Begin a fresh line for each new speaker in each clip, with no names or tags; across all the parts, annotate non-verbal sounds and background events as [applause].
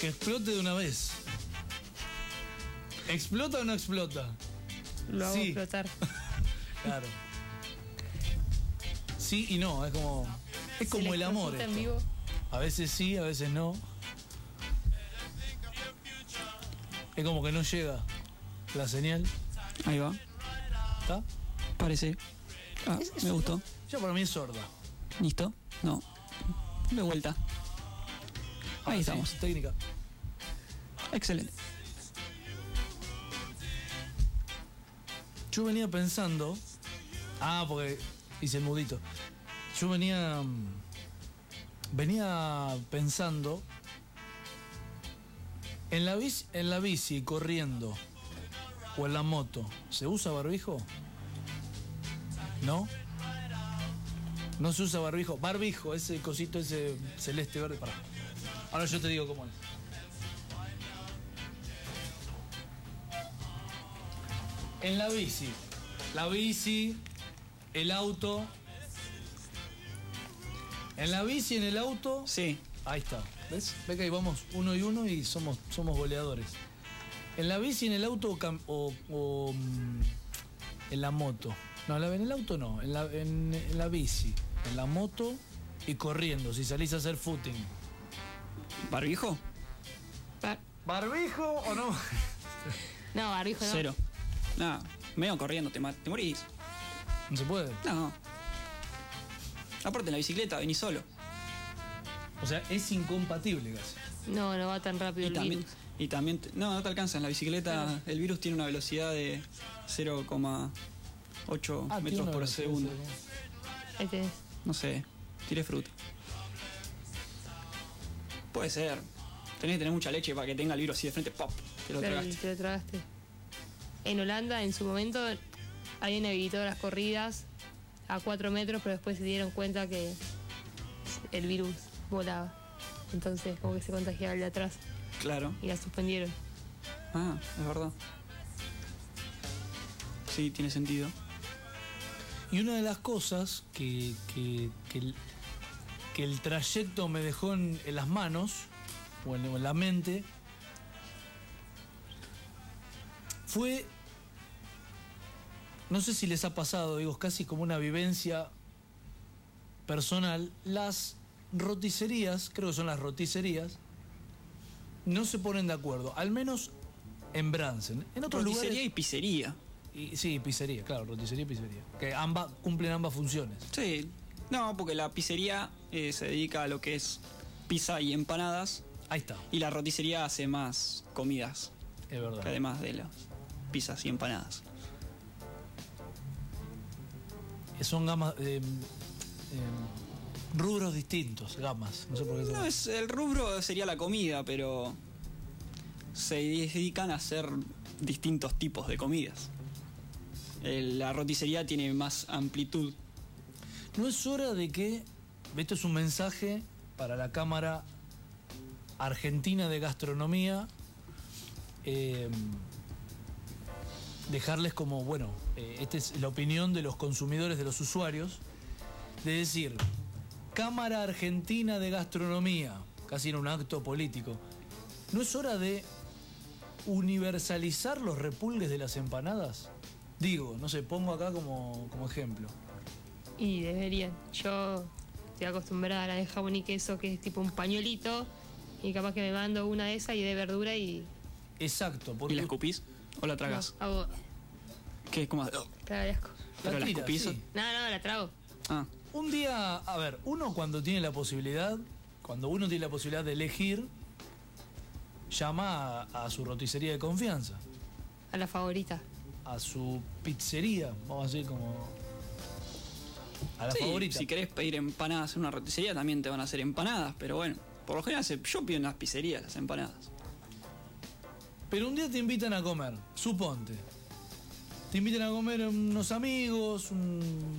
que explote de una vez. ¿Explota o no explota?
Lo hago
Sí.
explotar.
Claro. Sí y no, es como. Es
Si
[laughs] como
le
el amor.
explota en
esto.
vivo.
A veces sí, a veces no. Es como que no llega la señal.
Ahí va.
¿Está?
Parece. Ah,
Es- es
me
un-
gustó.
Ya para mí es sorda.
¿Listo? No. De vuelta. Ahí
Sí,
estamos.
Técnica.
Excelente.
Yo venía pensando. Ah, porque hice el mudito. Yo venía. mm, Venía pensando. En la, bici, en la bici corriendo o en la moto, ¿se usa barbijo? ¿No? No se usa barbijo. Barbijo, ese cosito, ese celeste verde. Pará. Ahora yo te digo cómo es. En la bici. La bici, el auto. En la bici, en el auto.
Sí.
Ahí está. ¿Ves? Ve que ahí vamos uno y uno y somos, somos goleadores. En la bici, en el auto o, cam- o- o, mm, en la moto. No, en la- en el auto no. En la, en- en la bici, en la moto y corriendo, si salís a hacer footing.
¿Barbijo?
Bar-
¿Barbijo o no?
No, barbijo no.
Cero. Nada. Medio corriendo, te, ma- te morís.
No se puede.
No. Aparte en la bicicleta, venís solo.
O sea, es incompatible casi.
No, no va tan rápido
Y
el
también,
virus.
y también te- no, no te alcanza. En la bicicleta el virus tiene una velocidad de 0,8
Ah, tiene
metros
una
por
velocidad,
segundo.
sí.
Ahí tenés.
No sé, tiré fruta. Puede ser. Tenés que tener mucha leche para que tenga el virus así de frente, ¡pop! Te lo
Pero
tragaste.
te lo tragaste. En Holanda, en su momento, habían habilitado las corridas a 4 metros, pero después se dieron cuenta que el virus volaba. Entonces, como que se contagiaba el de atrás
Claro.
y la suspendieron.
Ah, es verdad. Sí, tiene sentido.
Y una de las cosas que, que- que el, que el trayecto me dejó en, en las manos, o en, o en la mente, fue, no sé si les ha pasado, digo, es casi como una vivencia personal, las roticerías, creo que son las roticerías, no se ponen de acuerdo, al menos en Bransen. En otros
Roticería
lugares...
y pizzería.
Y- sí, pizzería, claro, roticería y pizzería. Que ambas cumplen ambas funciones.
Sí. No, porque la pizzería eh, se dedica a lo que es pizza y empanadas.
Ahí está,
Y la roticería hace más comidas,
es
que
verdad.
además de las pizzas y empanadas.
Son gamas. eh, eh, rubros distintos, gamas. No sé por qué. se
No,
llama.
es, el rubro sería la comida, pero se dedican a hacer distintos tipos de comidas. El- la roticería tiene más amplitud.
No es hora de que. Esto es un mensaje para la Cámara Argentina de Gastronomía. eh, dejarles como, bueno, eh, esta es la opinión de los consumidores, de los usuarios. De decir, Cámara Argentina de Gastronomía, casi era un acto político. ¿No es hora de universalizar los repulgues de las empanadas? Digo, no sé, pongo acá como, como ejemplo.
Y deberían. Yo estoy acostumbrada a la de jabón y queso, que es tipo un pañuelito. Y capaz que me mando una de esas y de verdura y.
Exacto,
¿Y
porque
la escupís o la tragas?
No, hago.
Que es como...
trago de asco.
¿Pero la
tira,
escupís?
sí.
No, no, la trago.
Ah,
Un día, a ver, uno cuando tiene la posibilidad, cuando uno tiene la posibilidad de elegir, llama a, a su roticería de confianza,
A la favorita.
a su pizzería, vamos a decir como a la
sí,
favorita.
si querés pedir empanadas en una roticería también te van a hacer empanadas, pero bueno, por lo general se- yo pido en las pizzerías las empanadas.
Pero un día te invitan a comer, suponte. Te invitan a comer unos amigos, un-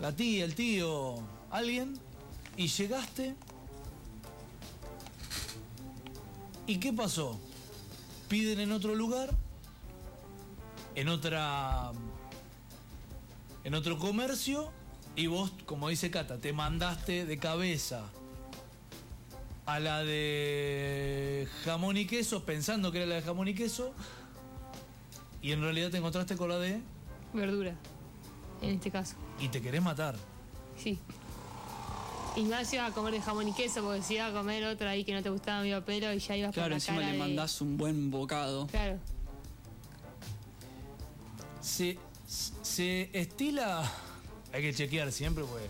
la tía, el tío, alguien, y llegaste. ¿Y qué pasó? Piden en otro lugar, en otra. en otro comercio, y vos, como dice Cata, te mandaste de cabeza a la de jamón y queso, pensando que era la de jamón y queso, y en realidad te encontraste con la de
Verdura, en este caso.
y te querés matar.
Sí. Ignacio iba a comer de jamón y queso porque si iba a comer otra ahí que no te gustaba mi pelo y ya ibas por
Claro,
la
encima
cara
le
de-
mandás un buen bocado.
Claro.
Se, se estila. [laughs] Hay que chequear siempre, pues.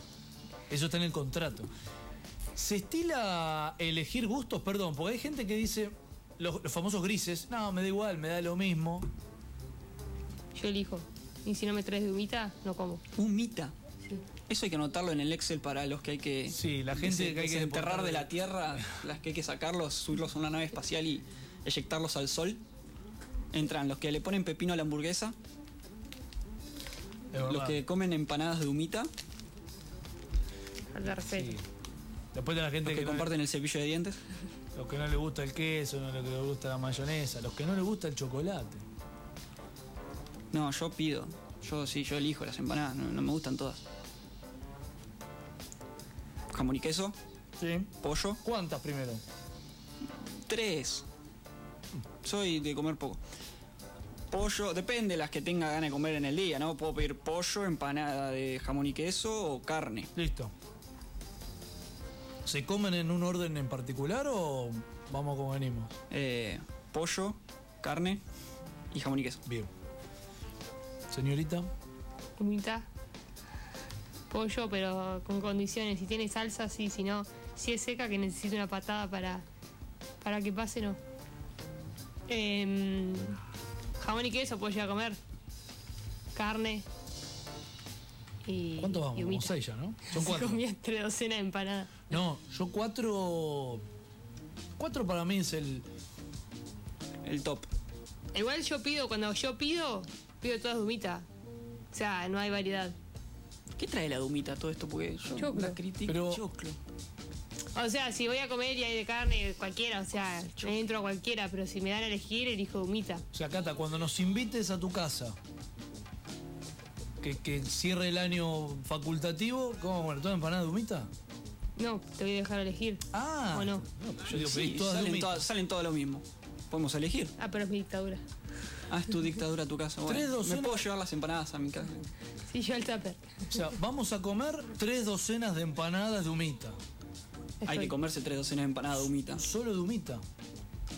Eso está en el contrato. Se estila elegir gustos, perdón, porque hay gente que dice. Los, los famosos grises, no, me da igual, me da lo mismo.
Yo elijo. Y si no me traes de humita, no como.
Humita.
Sí.
Eso hay que anotarlo en el Excel para los que hay que.
Sí, la gente que hay que deportar
enterrar de
de-
la tierra, las que hay que sacarlos, subirlos a una nave espacial y eyectarlos al sol. Entran los que le ponen pepino a la hamburguesa,
Es
los
verdad.
que comen empanadas de humita,
Falta de respeto.
Sí. Después de la gente
los que
que, no,
comparten el cepillo de dientes.
los que no le gusta el queso, no, los que le gusta la mayonesa, los que no le gusta el chocolate.
No, yo pido. Yo sí, yo elijo las empanadas, no, no me gustan todas. Jamón y queso,
Sí.
pollo,
¿Cuántas primero?
tres. Soy de comer poco. Pollo, depende las que tenga ganas de comer en el día, ¿no? Puedo pedir pollo, empanada de jamón y queso o carne.
Listo. ¿Se comen en un orden en particular o vamos como venimos?
Eh, pollo, carne y jamón y queso.
Bien. Señorita,
Humita, pollo, pero con condiciones. Si tiene salsa, sí. Si no, si es seca, que necesite una patada para, para que pase, no. Em, jamón y queso, puedo llegar a comer. Carne. Y,
¿cuántos vamos?
y
Como
humita.
seis ya, ¿no? Son cuatro.
Comía tres docenas de empanadas.
No, yo cuatro. Cuatro para mí es el.
El top.
Igual yo pido, cuando yo pido, pido todas de humita. O sea, no hay variedad.
¿Qué trae la dumita a todo esto? Porque yo
Choclo.
la critico.
Pero-
Choclo.
O sea, si voy a comer y hay de carne, cualquiera, o sea,
Choclo.
me entro a cualquiera, pero si me dan a elegir, elijo humita.
O sea, Cata, cuando nos invites a tu casa, que, que cierre el año facultativo, ¿cómo vamos a comer? ¿Toda empanada de humita?
No, te voy a dejar elegir.
Ah.
¿O no?
pero yo digo,
Sí,
pedís todas de
salen,
humita.
todas, salen todas lo mismo. Podemos elegir.
Ah, pero es mi dictadura. [laughs]
Haz tu dictadura a tu casa.
Tres
Bueno, me
docenas-
puedo llevar las empanadas a mi casa.
Sí, yo al tupper.
O sea, vamos a comer tres docenas de empanadas de humita.
Hay
Estoy.
que comerse tres docenas de empanadas de humita.
Solo de humita.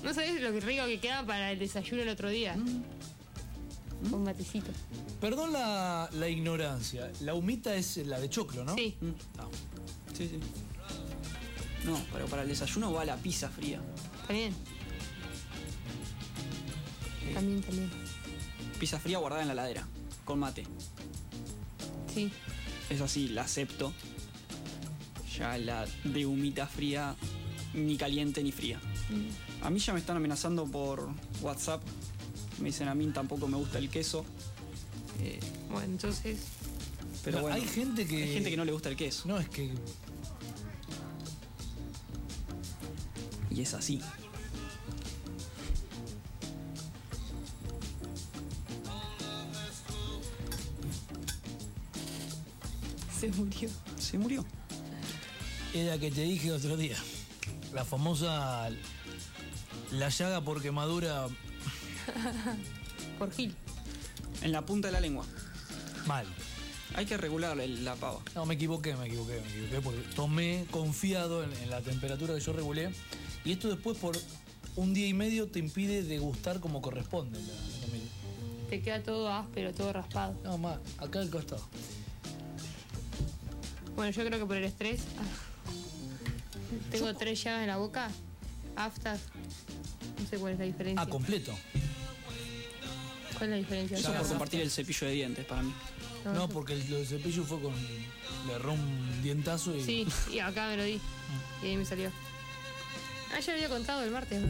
No sabés lo que rico que queda para el desayuno el otro día.
Mm,
Con matecito.
Perdón la, la ignorancia. La humita es la de choclo, ¿no?
Sí.
Ah,
Mm, Sí, sí. No, pero para el desayuno va la pizza fría.
También. También, también.
Pizza fría guardada en la ladera, con mate.
Sí.
Es así, la acepto. Ya la de humita fría, ni caliente ni fría. A mí ya me están amenazando por WhatsApp. Me dicen a mí tampoco me gusta el queso. Eh,
Bueno, entonces. [laughs]
pero
No,
bueno,
hay gente que-
hay gente que no le gusta el queso.
No, es que.
Y es así.
Se murió.
Se murió.
Era que te dije otro día. La famosa. La llaga por quemadura
Por Gil.
En la punta de la lengua.
mal.
Hay que regular el- la pava.
No, me equivoqué, me equivoqué, me equivoqué, porque tomé confiado en, en la temperatura que yo regulé. Y esto después por un día y medio te impide degustar como corresponde la, la comida.
Te queda todo áspero, todo raspado.
No, más, acá al costado.
Bueno, yo creo que por el estrés. ah. Tengo tres llagas en la boca. Aftas. No sé cuál es la diferencia.
Ah, completo.
¿Cuál es la diferencia?
Eso
Ya
por
las
compartir el cepillo de dientes para mí.
No, porque el, lo del cepillo fue con. Le agarró un dientazo y.
Sí, y acá me lo di.
Mm.
Y ahí me salió. Ah, ya lo había contado el martes. ¿no?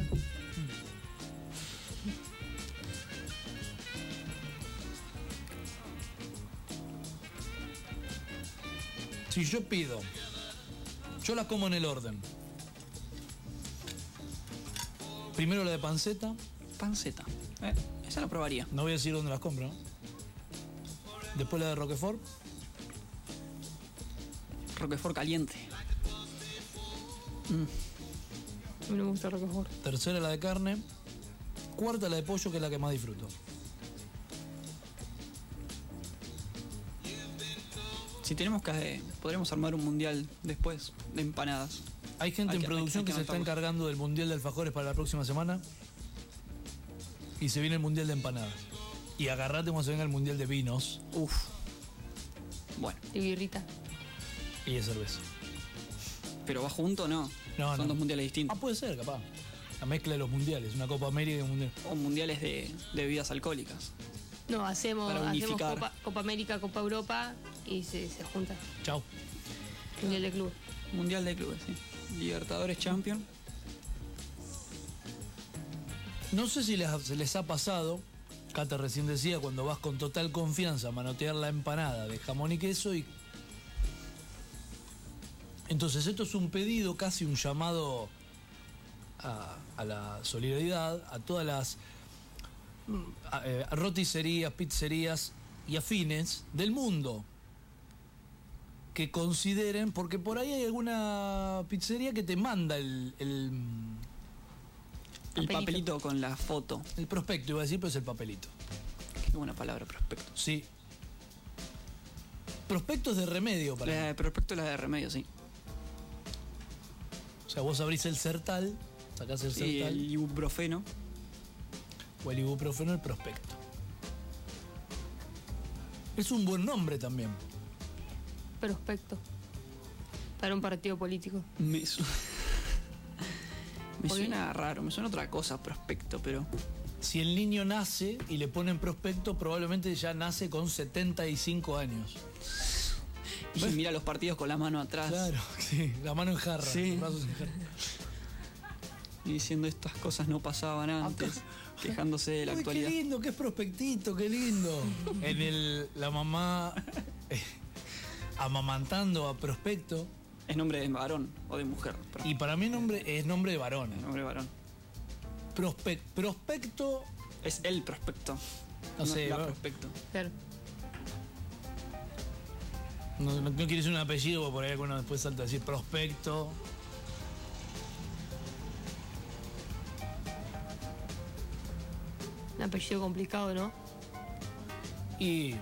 Si yo pido, yo las como en el orden. Primero la de panceta,
Panceta. Eh, esa la probaría.
no voy a decir dónde las compro. ¿no? Después la de Roquefort,
Roquefort caliente.
A mí no me gusta el roquefort.
Tercera la de carne. Cuarta la de pollo, que es la que más disfruto.
Si tenemos que. eh, Podremos armar un mundial después de empanadas.
Hay gente
Hay
en
que- hay-
producción
hay
que,
que
se está
anotarlo.
encargando del Mundial de Alfajores para la próxima semana. Y se viene el Mundial de Empanadas. Y agarrate cuando se venga el Mundial de Vinos
Uf. Bueno,
Y birrita.
y de cerveza.
pero va junto o no.
No,
Son
no.
dos
Ah,
mundiales distintos.
puede ser, capaz. La mezcla de los mundiales, una Copa América y un mundial.
O mundiales de, de bebidas alcohólicas.
No, hacemos,
Para
hacemos
unificar.
Copa, Copa América, Copa Europa y se, se junta.
Chao.
Mundial de club.
Mundial de clubes, sí. Libertadores Champion.
No sé si les, ha- se les ha pasado, Cata recién decía, cuando vas con total confianza a manotear la empanada de jamón y queso y... Entonces esto es un pedido, casi un llamado a, a la solidaridad, a todas las mm, a- eh, roticerías, pizzerías y afines del mundo que consideren, porque por ahí hay alguna pizzería que te manda el- el,
El
Papelito.
papelito con la foto.
El prospecto iba a decir, pero es el papelito.
Qué buena palabra, prospecto.
Sí. Prospecto es de remedio para
La
mí.
de prospecto es la de remedio, sí.
O sea, vos abrís el Sertal, sacás el
Y
Sertal
el ibuprofeno.
o el ibuprofeno, el prospecto. Es un buen nombre también.
Prospecto. Para un partido político.
Me, su- [laughs] me
Porque-
suena raro, me suena otra cosa, prospecto, pero.
Si el niño nace y le ponen prospecto, probablemente ya nace con 75 años.
Y
Bueno.
mira los partidos con la mano atrás.
Claro, [laughs] sí. La mano en jarra.
Sí.
los brazos en jarra.
Y diciendo estas cosas no pasaban antes. Quejándose de la
Uy, qué
actualidad.
lindo, qué es prospectito, qué
[laughs]
lindo. en el, la mamá eh, amamantando a prospecto.
Es nombre de varón o de mujer. pero-
Y para mí nombre, es nombre de varón.
es nombre de varón.
Prospec- prospecto,
Es el prospecto.
No sé,
la
va.
prospecto.
Claro.
no, no, no quiero decir un apellido, porque por ahí alguno después salta a decir prospecto.
Un apellido complicado, ¿no?
Y.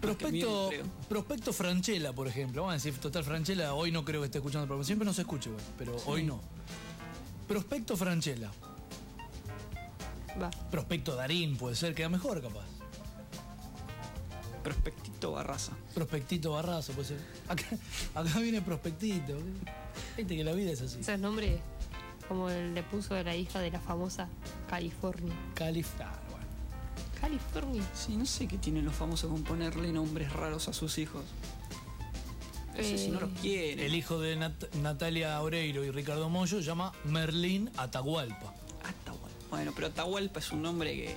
Prospecto,
Porque miel,
prospecto Franchella, por ejemplo. Vamos a decir, total, Franchella hoy no creo que esté escuchando el programa. Siempre no se escucha, igual, pero hoy no. Prospecto Franchella.
Va.
Prospecto Darín, puede ser, queda mejor capaz.
creo. Prospectito Barraza.
Prospectito Barrazo, puede ser. Acá, acá viene Prospectito. Viste que la vida es así.
Ese es nombre como el le puso de la hija de la famosa California.
Califar, bueno.
California.
Sí, no sé qué tienen los famosos con ponerle nombres raros a sus hijos. Eso si no los
Eh.
quieren.
El hijo de Nat- Natalia Oreiro y Ricardo Moyo se llama Merlín Atahualpa.
Atahualpa. Bueno, pero Atahualpa es un nombre que.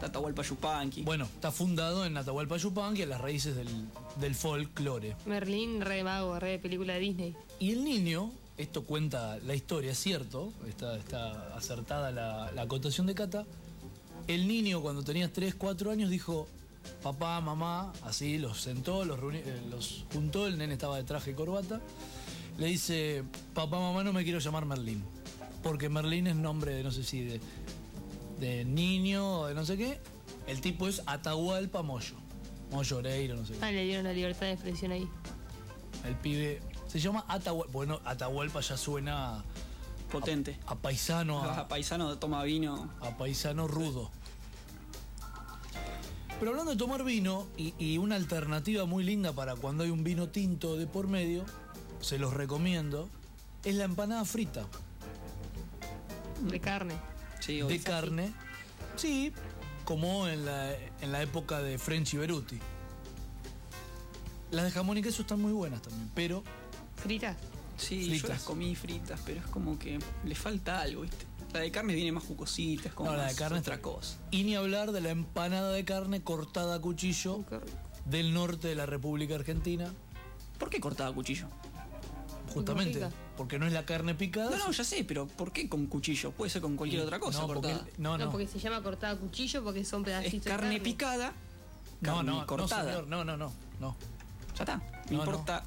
Atahualpa Yupanqui.
Bueno, está fundado en Atahualpa Yupanqui, en las raíces del, del folclore.
Merlín, re mago, re de película de Disney.
Y el niño, esto cuenta la historia, es cierto, está, está acertada la, la acotación de Cata. El niño, cuando tenía 3, 4 años, dijo: Papá, mamá, así los sentó, los, reuni- eh, los juntó. El nene estaba de traje y corbata. Le dice: Papá, mamá, no me quiero llamar Merlín. Porque Merlín es nombre de no sé si de, de niño o de no sé qué. El tipo es Atahualpa Moyo. Moyo Oreiro, no sé qué.
Ah, le dieron la libertad de expresión ahí.
El pibe se llama Atahualpa. Bueno, Atahualpa ya suena a,
Potente.
a paisano,
Vas
a,
a paisano, toma vino.
a paisano rudo. Pero hablando de tomar vino y, y una alternativa muy linda para cuando hay un vino tinto de por medio, se los recomiendo, es la empanada frita
Mm.
De carne.
Sí, o-
de carne. Sí, como en la, en la época de French y Beruti. Las de jamón y queso están muy buenas también, pero
Fritas.
sí, yo
fritas.
las comí fritas, pero es como que le falta algo, ¿viste? La de carne viene más jugosita, es como
No, la de
más
carne
otra
está-
cosa.
y ni hablar de la empanada de carne cortada a cuchillo
Qué rico.
del norte de la República Argentina.
¿Por qué cortada a cuchillo?
Justamente,
pica.
porque no es la carne picada.
No, no, ya sé, pero ¿por qué con cuchillo? Puede ser con cualquier otra cosa
Ah, No, porque-
cortada.
no,
No,
no.
porque se llama cortada a cuchillo porque son pedacitos
Es
de
carne picada,
No,
carne
no,
cortada.
no, señor, no, no, no, no.
ya está. No,
No, no.
importa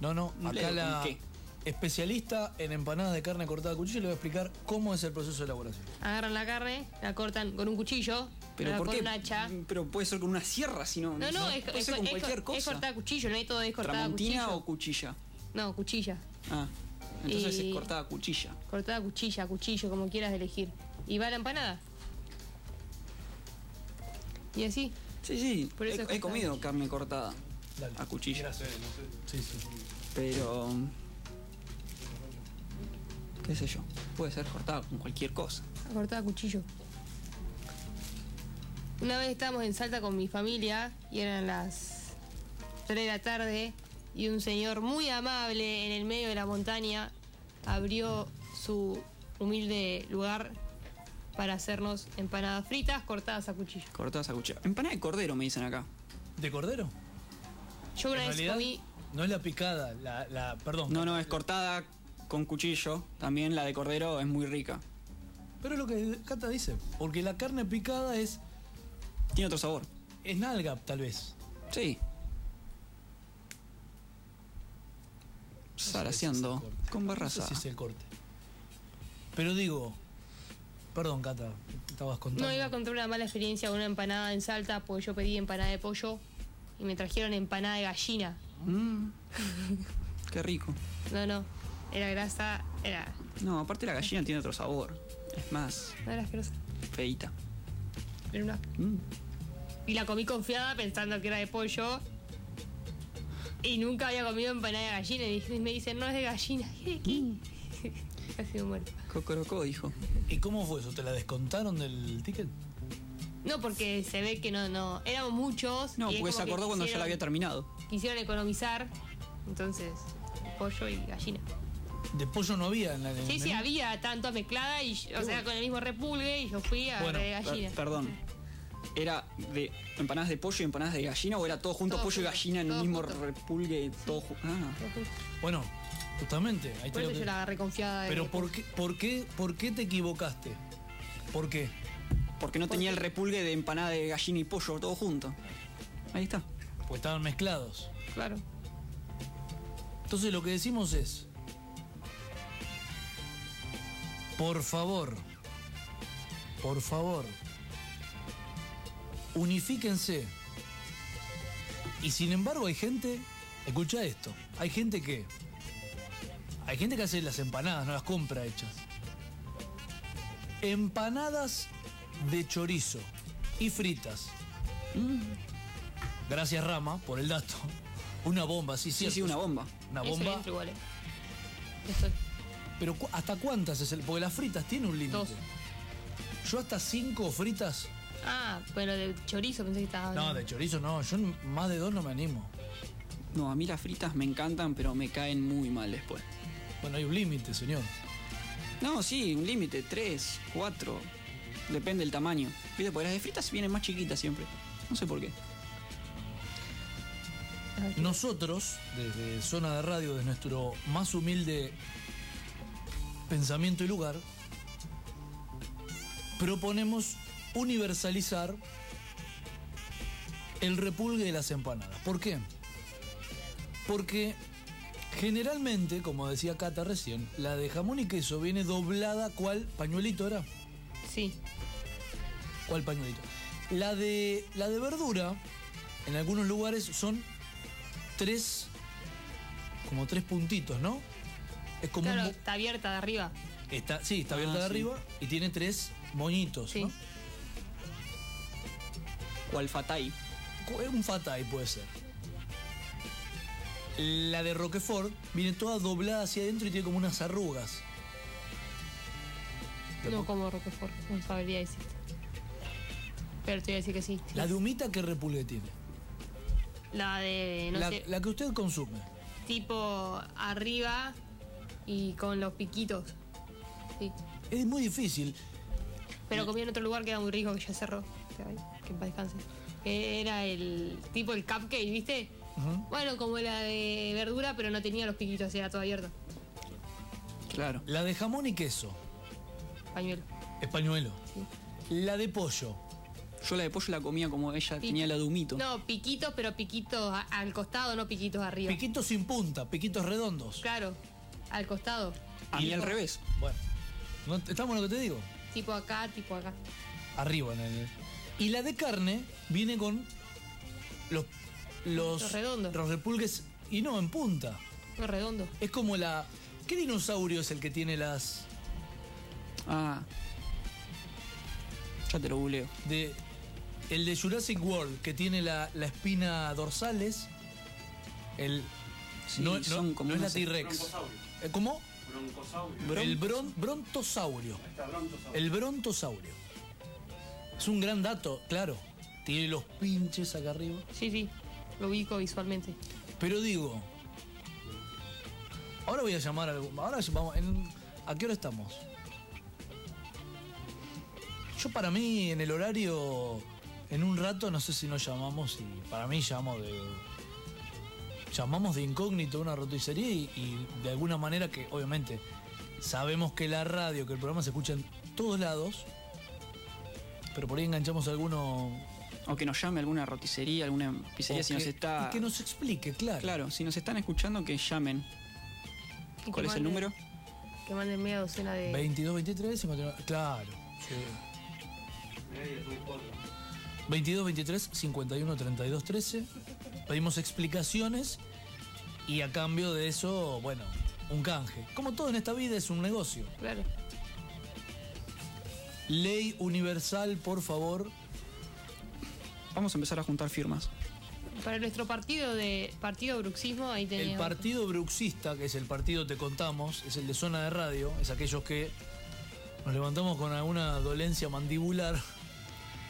No, no,
un
acá
bledo con
la,
qué.
especialista en empanadas de carne cortada a cuchillo, y le voy a explicar cómo es el proceso de elaboración.
Agarran la carne, la cortan con un cuchillo,
Pero
la
¿por
Ah, con
qué? Mm,
un hacha.
Pero puede ser con una sierra, si no.
No, no, es,
puede
es-
ser con
es-
cualquier
es
cosa.
cortada a cuchillo, no hay todo, es cortada a
¿Tramontina
cuchillo.
o cuchilla?
No, cuchilla.
Ah, entonces
Y-
es cortada a cuchilla.
Cortada a cuchilla, a cuchillo, como quieras elegir. Y va la empanada. Y así.
Sí, sí,
Por eso es
he,
cortada.
he comido carne cortada
Dale.
a cuchilla.
Sí, sí.
Pero. ¿Qué sé yo? Puede ser cortada con cualquier cosa.
A cortada a cuchillo. Una vez estábamos en Salta con mi familia y eran las 3 de la tarde y un señor muy amable en el medio de la montaña abrió su humilde lugar para hacernos empanadas fritas cortadas a cuchillo.
Cortadas a cuchilla. Empanada de cordero, me dicen acá.
¿De cordero?
Yo una
En
vez
realidad,
comí...
no es la picada, la, la perdón.
No, no, es cortada con cuchillo. También la de cordero es muy rica.
Pero es lo que Cata dice, porque la carne picada es,
Tiene otro sabor.
es nalga, tal vez.
Sí.
No
Saraseando
sé si es el corte.
con barra
No sé si
asada.
es el corte. Pero digo, perdón, Cata, estabas contando.
No iba a contar una mala experiencia con una empanada en Salta porque yo pedí empanada de pollo y me trajeron empanada de gallina.
Mm. Qué rico.
No, no. Era grasa, era...
No, aparte la gallina tiene otro sabor. Es más
No era asquerosa.
feita. Mm.
Era una Y la comí confiada pensando que era de pollo. Y nunca había comido empanada de gallina. Y dije- me dicen, no es de gallina. [laughs] ¿Y de
Mm.
qué? Casi me muero.
Cocorocó, dijo.
¿Y cómo fue eso? ¿Te la descontaron del ticket?
No, porque se ve que no, no. Éramos muchos.
No,
y es
pues se
como que
acordó cuando ya la había
quisieron-
terminado.
Quisieron economizar. Entonces, pollo y gallina.
De pollo no había en la en el
Sí, sí,
menú.
había tanto mezclada. Y, yo- o sea, con el mismo repulgue. Y yo fui a
Bueno,
de
Per-
gallina.
perdón. ¿Era de empanadas de pollo y empanadas de gallina o era todo junto
Todo
pollo y
junto,
gallina en un
todo
mismo
junto.
repulgue? Todo ju- ah.
Bueno, justamente, ahí te
Por
lo
eso
que-
yo la agarré confiada. de-
Pero ¿por qué, por, qué, ¿por qué te equivocaste? ¿Por qué?
Porque no tenía el repulgue de empanada de gallina y pollo, todo junto. Ahí está.
Porque estaban mezclados.
Claro.
Entonces lo que decimos es, por favor, por favor, unifíquense. Y sin embargo hay gente, escucha esto, hay gente que, hay gente que hace las empanadas, no las compra hechas. Empanadas de chorizo y fritas.
Mm.
Gracias Rama por el dato. Una bomba, sí,
Sí, sí,
cierto.
una bomba.
Una
Eso
bomba.
dentro igual, eh. Estoy-
Pero cu- ¿hasta cuántas es el? Porque las fritas tienen un límite.
Dos.
Yo hasta cinco fritas.
Ah, bueno, de chorizo pensé que estaba
No, de chorizo no. Yo n- más de dos no me animo.
No, a mí las fritas me encantan, pero me caen muy mal después.
Bueno, hay un límite, señor.
No, sí, un límite, tres, cuatro. Depende del tamaño. Viste, porque las de fritas vienen más chiquitas siempre. No sé por qué.
Ah,
Nosotros, desde Zona de Radio, desde nuestro más humilde pensamiento y lugar, proponemos universalizar el repulgue de las empanadas. ¿Por qué? Porque generalmente, como decía Cata recién, la de jamón y queso viene doblada cual pañuelito era.
Sí,
¿Cuál pañuelito? La de, la de verdura, en algunos lugares son tres, como tres puntitos, ¿no? Es como
claro,
un... mo-
está abierta de arriba.
Está, sí, está abierta
Ah,
de
sí.
arriba y tiene tres moñitos,
Sí.
¿no?
O alfatay.
Cu- Un fatay puede ser. La de Roquefort viene toda doblada hacia adentro y tiene como unas arrugas.
No como Roquefort, no sabría decir. Pero te voy a decir que sí.
La de humita, ¿qué repulgue tiene?
La de, no
la,
sé,
la que usted consume.
tipo arriba y con los piquitos. Sí.
Es muy difícil.
Pero comí en otro lugar que era muy rico, que ya cerró. Ay, Que en paz descanse. Eh, Era el tipo el cupcake, ¿viste?
Ujú.
Bueno, como la de verdura, pero no tenía los piquitos, era todo abierto.
Claro.
La de jamón y queso.
Pañuelo.
Españuelo.
Sí.
La de pollo.
Yo la de pollo la comía como ella
Pi-
tenía la de humito.
No, piquitos, pero piquitos a- al costado, no piquitos arriba.
Piquitos sin punta, piquitos redondos.
Claro. al costado.
A
Y
mí al
no.
revés.
Bueno, no, te- estamos en lo que te digo.
Tipo acá, tipo acá.
Arriba en el. Y la de carne viene con los. Los,
Los redondos.
Los repulgues. Y no, en punta.
No, redondo.
Es como la. ¿Qué dinosaurio es el que tiene las.
Ah. Ya te lo googleo.
de. El de Jurassic World, que tiene la, la espina dorsales. El.
Sí,
no, no-
son como
no es la
unos-
T-Rex.
Broncosaurio.
Eh, ¿Cómo?
Broncosaurio.
Bron-
El bron- brontosaurio.
Ahí está, brontosaurio.
El brontosaurio. Es un gran dato, claro. Tiene los pinches acá arriba.
Sí, sí. Lo ubico visualmente.
Pero digo. Ahora voy a llamar al. Ahora vamos. en- ¿A qué hora estamos? Yo para mí en el horario. En un rato no sé si nos llamamos y para mí llamo de. Llamamos de incógnito a una roticería y, y de alguna manera que obviamente sabemos que la radio, que el programa se escucha en todos lados, pero por ahí enganchamos a alguno.
O que nos llame alguna roticería, alguna pizzería
o
si nos
que-
está.
y que nos explique, claro.
Claro, si nos están escuchando, que llamen.
Y que
¿Cuál es el
manden-
número?
Que manden media docena de.
22, 23, 59. Claro. sí.
Media, son cuatro.
22 23 51 32 13. Pedimos explicaciones y a cambio de eso, bueno, un canje. Como todo en esta vida es un negocio.
Claro.
Ley universal, por favor.
Vamos a empezar a juntar firmas.
Para nuestro partido de partido bruxismo, ahí tenemos.
El partido bruxista, que es el partido Te Contamos, es el de zona de radio, es aquellos que nos levantamos con alguna dolencia mandibular. [laughs]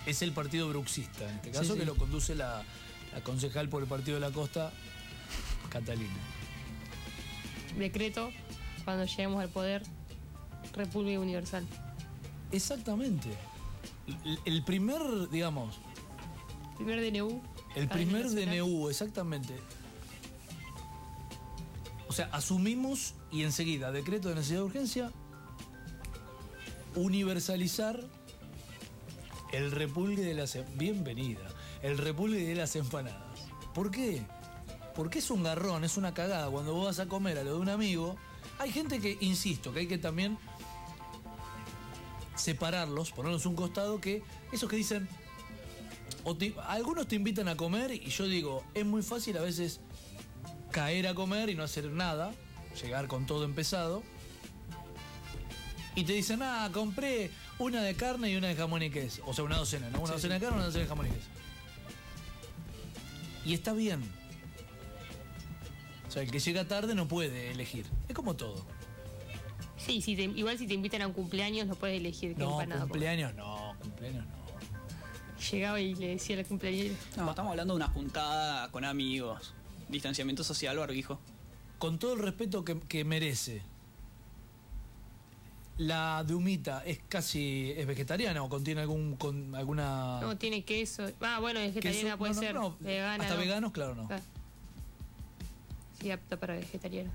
Es el partido bruxista, en este
Sí,
caso,
sí.
que lo conduce la, la concejal por el partido de la costa, Catalina.
decreto cuando lleguemos al poder República Universal.
Exactamente. El, el primer, digamos,
Primer DNU.
el
cadena
primer
nacional.
DNU, exactamente. O sea, asumimos y enseguida, decreto de necesidad de urgencia, universalizar el repulgue de las... Em-, Bienvenida, el repulgue de las empanadas. ¿Por qué? Porque es un garrón, es una cagada. Cuando vos vas a comer a lo de un amigo, hay gente que, insisto, que hay que también separarlos, ponerlos a un costado, que esos que dicen, o te- algunos te invitan a comer y yo digo, es muy fácil a veces caer a comer y no hacer nada, llegar con todo empezado. Y te dicen, ah, compré una de carne y una de jamón y queso. O sea, una docena, ¿no? Una docena de carne y una docena de jamón y queso. Y está bien. O sea, el que llega tarde no puede elegir. Es como todo.
Sí, si te- igual si te invitan a un cumpleaños no puedes elegir qué
No,
empanada comer.
cumpleaños no, cumpleaños no.
Llegaba y le decía al cumpleañero,
No, estamos hablando de una juntada con amigos. Distanciamiento social, barbijo.
con todo el respeto que, que merece, la de humita es casi es vegetariana o contiene algún con, alguna
no, tiene queso. Ah, bueno,
queso?
vegetariana puede
No, no,
ser.
no.
Vegana.
hasta
no.
veganos claro no.
Ah. Sí, apta para vegetarianos.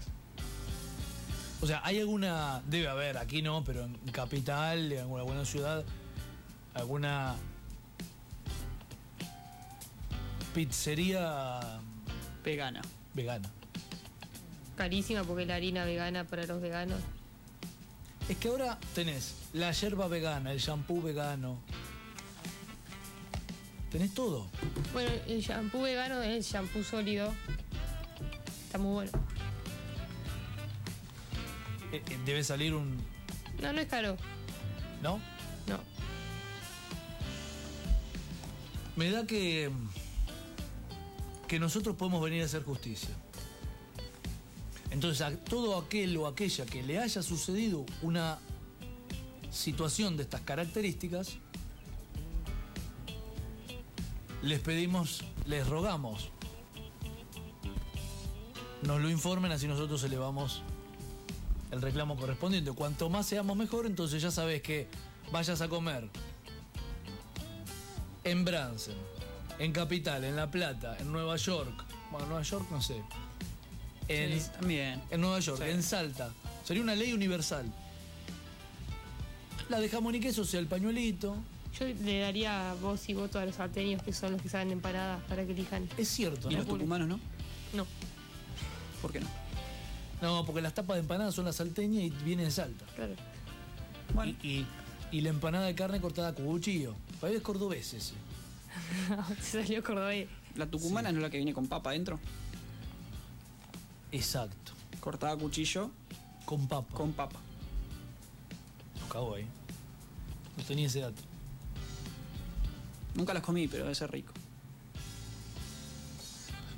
O sea, hay alguna debe haber aquí no, pero en capital, en alguna buena ciudad, alguna pizzería
Vegana.
vegana.
Carísima porque la harina vegana para los veganos.
Es que ahora tenés la yerba vegana, el shampoo vegano. Tenés todo.
Bueno, el shampoo vegano es el shampoo sólido. Está muy bueno.
Eh, eh, Debe salir un.
No, no es caro.
¿No?
No.
Me da que. que nosotros podemos venir a hacer justicia. Entonces, a todo aquel o aquella que le haya sucedido una situación de estas características, les pedimos, les rogamos, nos lo informen, así nosotros elevamos el reclamo correspondiente. Cuanto más seamos mejor, entonces ya sabes que vayas a comer en Bransen, en Capital, en La Plata, en Nueva York. Bueno, Nueva York no sé. En,
Sí, también.
en Nueva York,
Sí.
en Salta. Sería una ley universal. La de jamón y queso, o sea, el pañuelito.
Yo le daría voz y voto a los salteños que son los que saben de empanadas para que elijan.
Es cierto,
Y
¿no?
los tucumanos, ¿no?
No,
¿Por qué no?
No, porque las tapas de empanada son las salteñas y vienen de Salta.
Claro. [laughs]
Bueno,
Y, y- y la empanada de carne cortada con cuchillo. País cordobés ese.
Se salió cordobés.
la tucumana no es la que viene con papa adentro.
Exacto.
Cortada a cuchillo
Con papa.
con papa.
Los cago ahí. No tenía ese dato.
Nunca las comí, pero debe ser rico.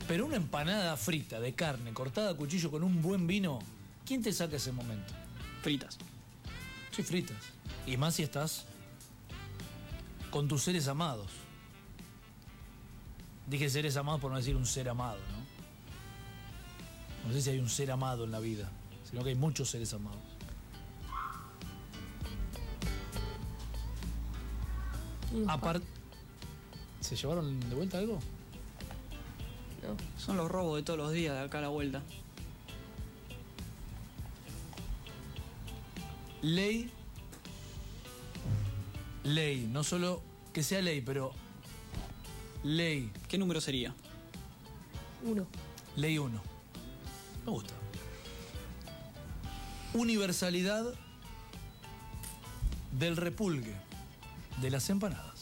Pero una empanada frita de carne cortada a cuchillo con un buen vino, ¿quién te saca ese momento?
Fritas.
Sí, fritas. Y más si estás con tus seres amados. Dije seres amados por no decir un ser amado, ¿no? No sé si hay un ser amado en la vida, sino que hay muchos seres amados. Aparte. ¿Se llevaron de vuelta algo?
No.
Son los robos de todos los días de acá a la vuelta.
Ley. Ley. No solo que sea ley, pero. Ley.
¿Qué número sería?
Uno.
Ley 1. Me gusta. Universalidad del repulgue de las empanadas.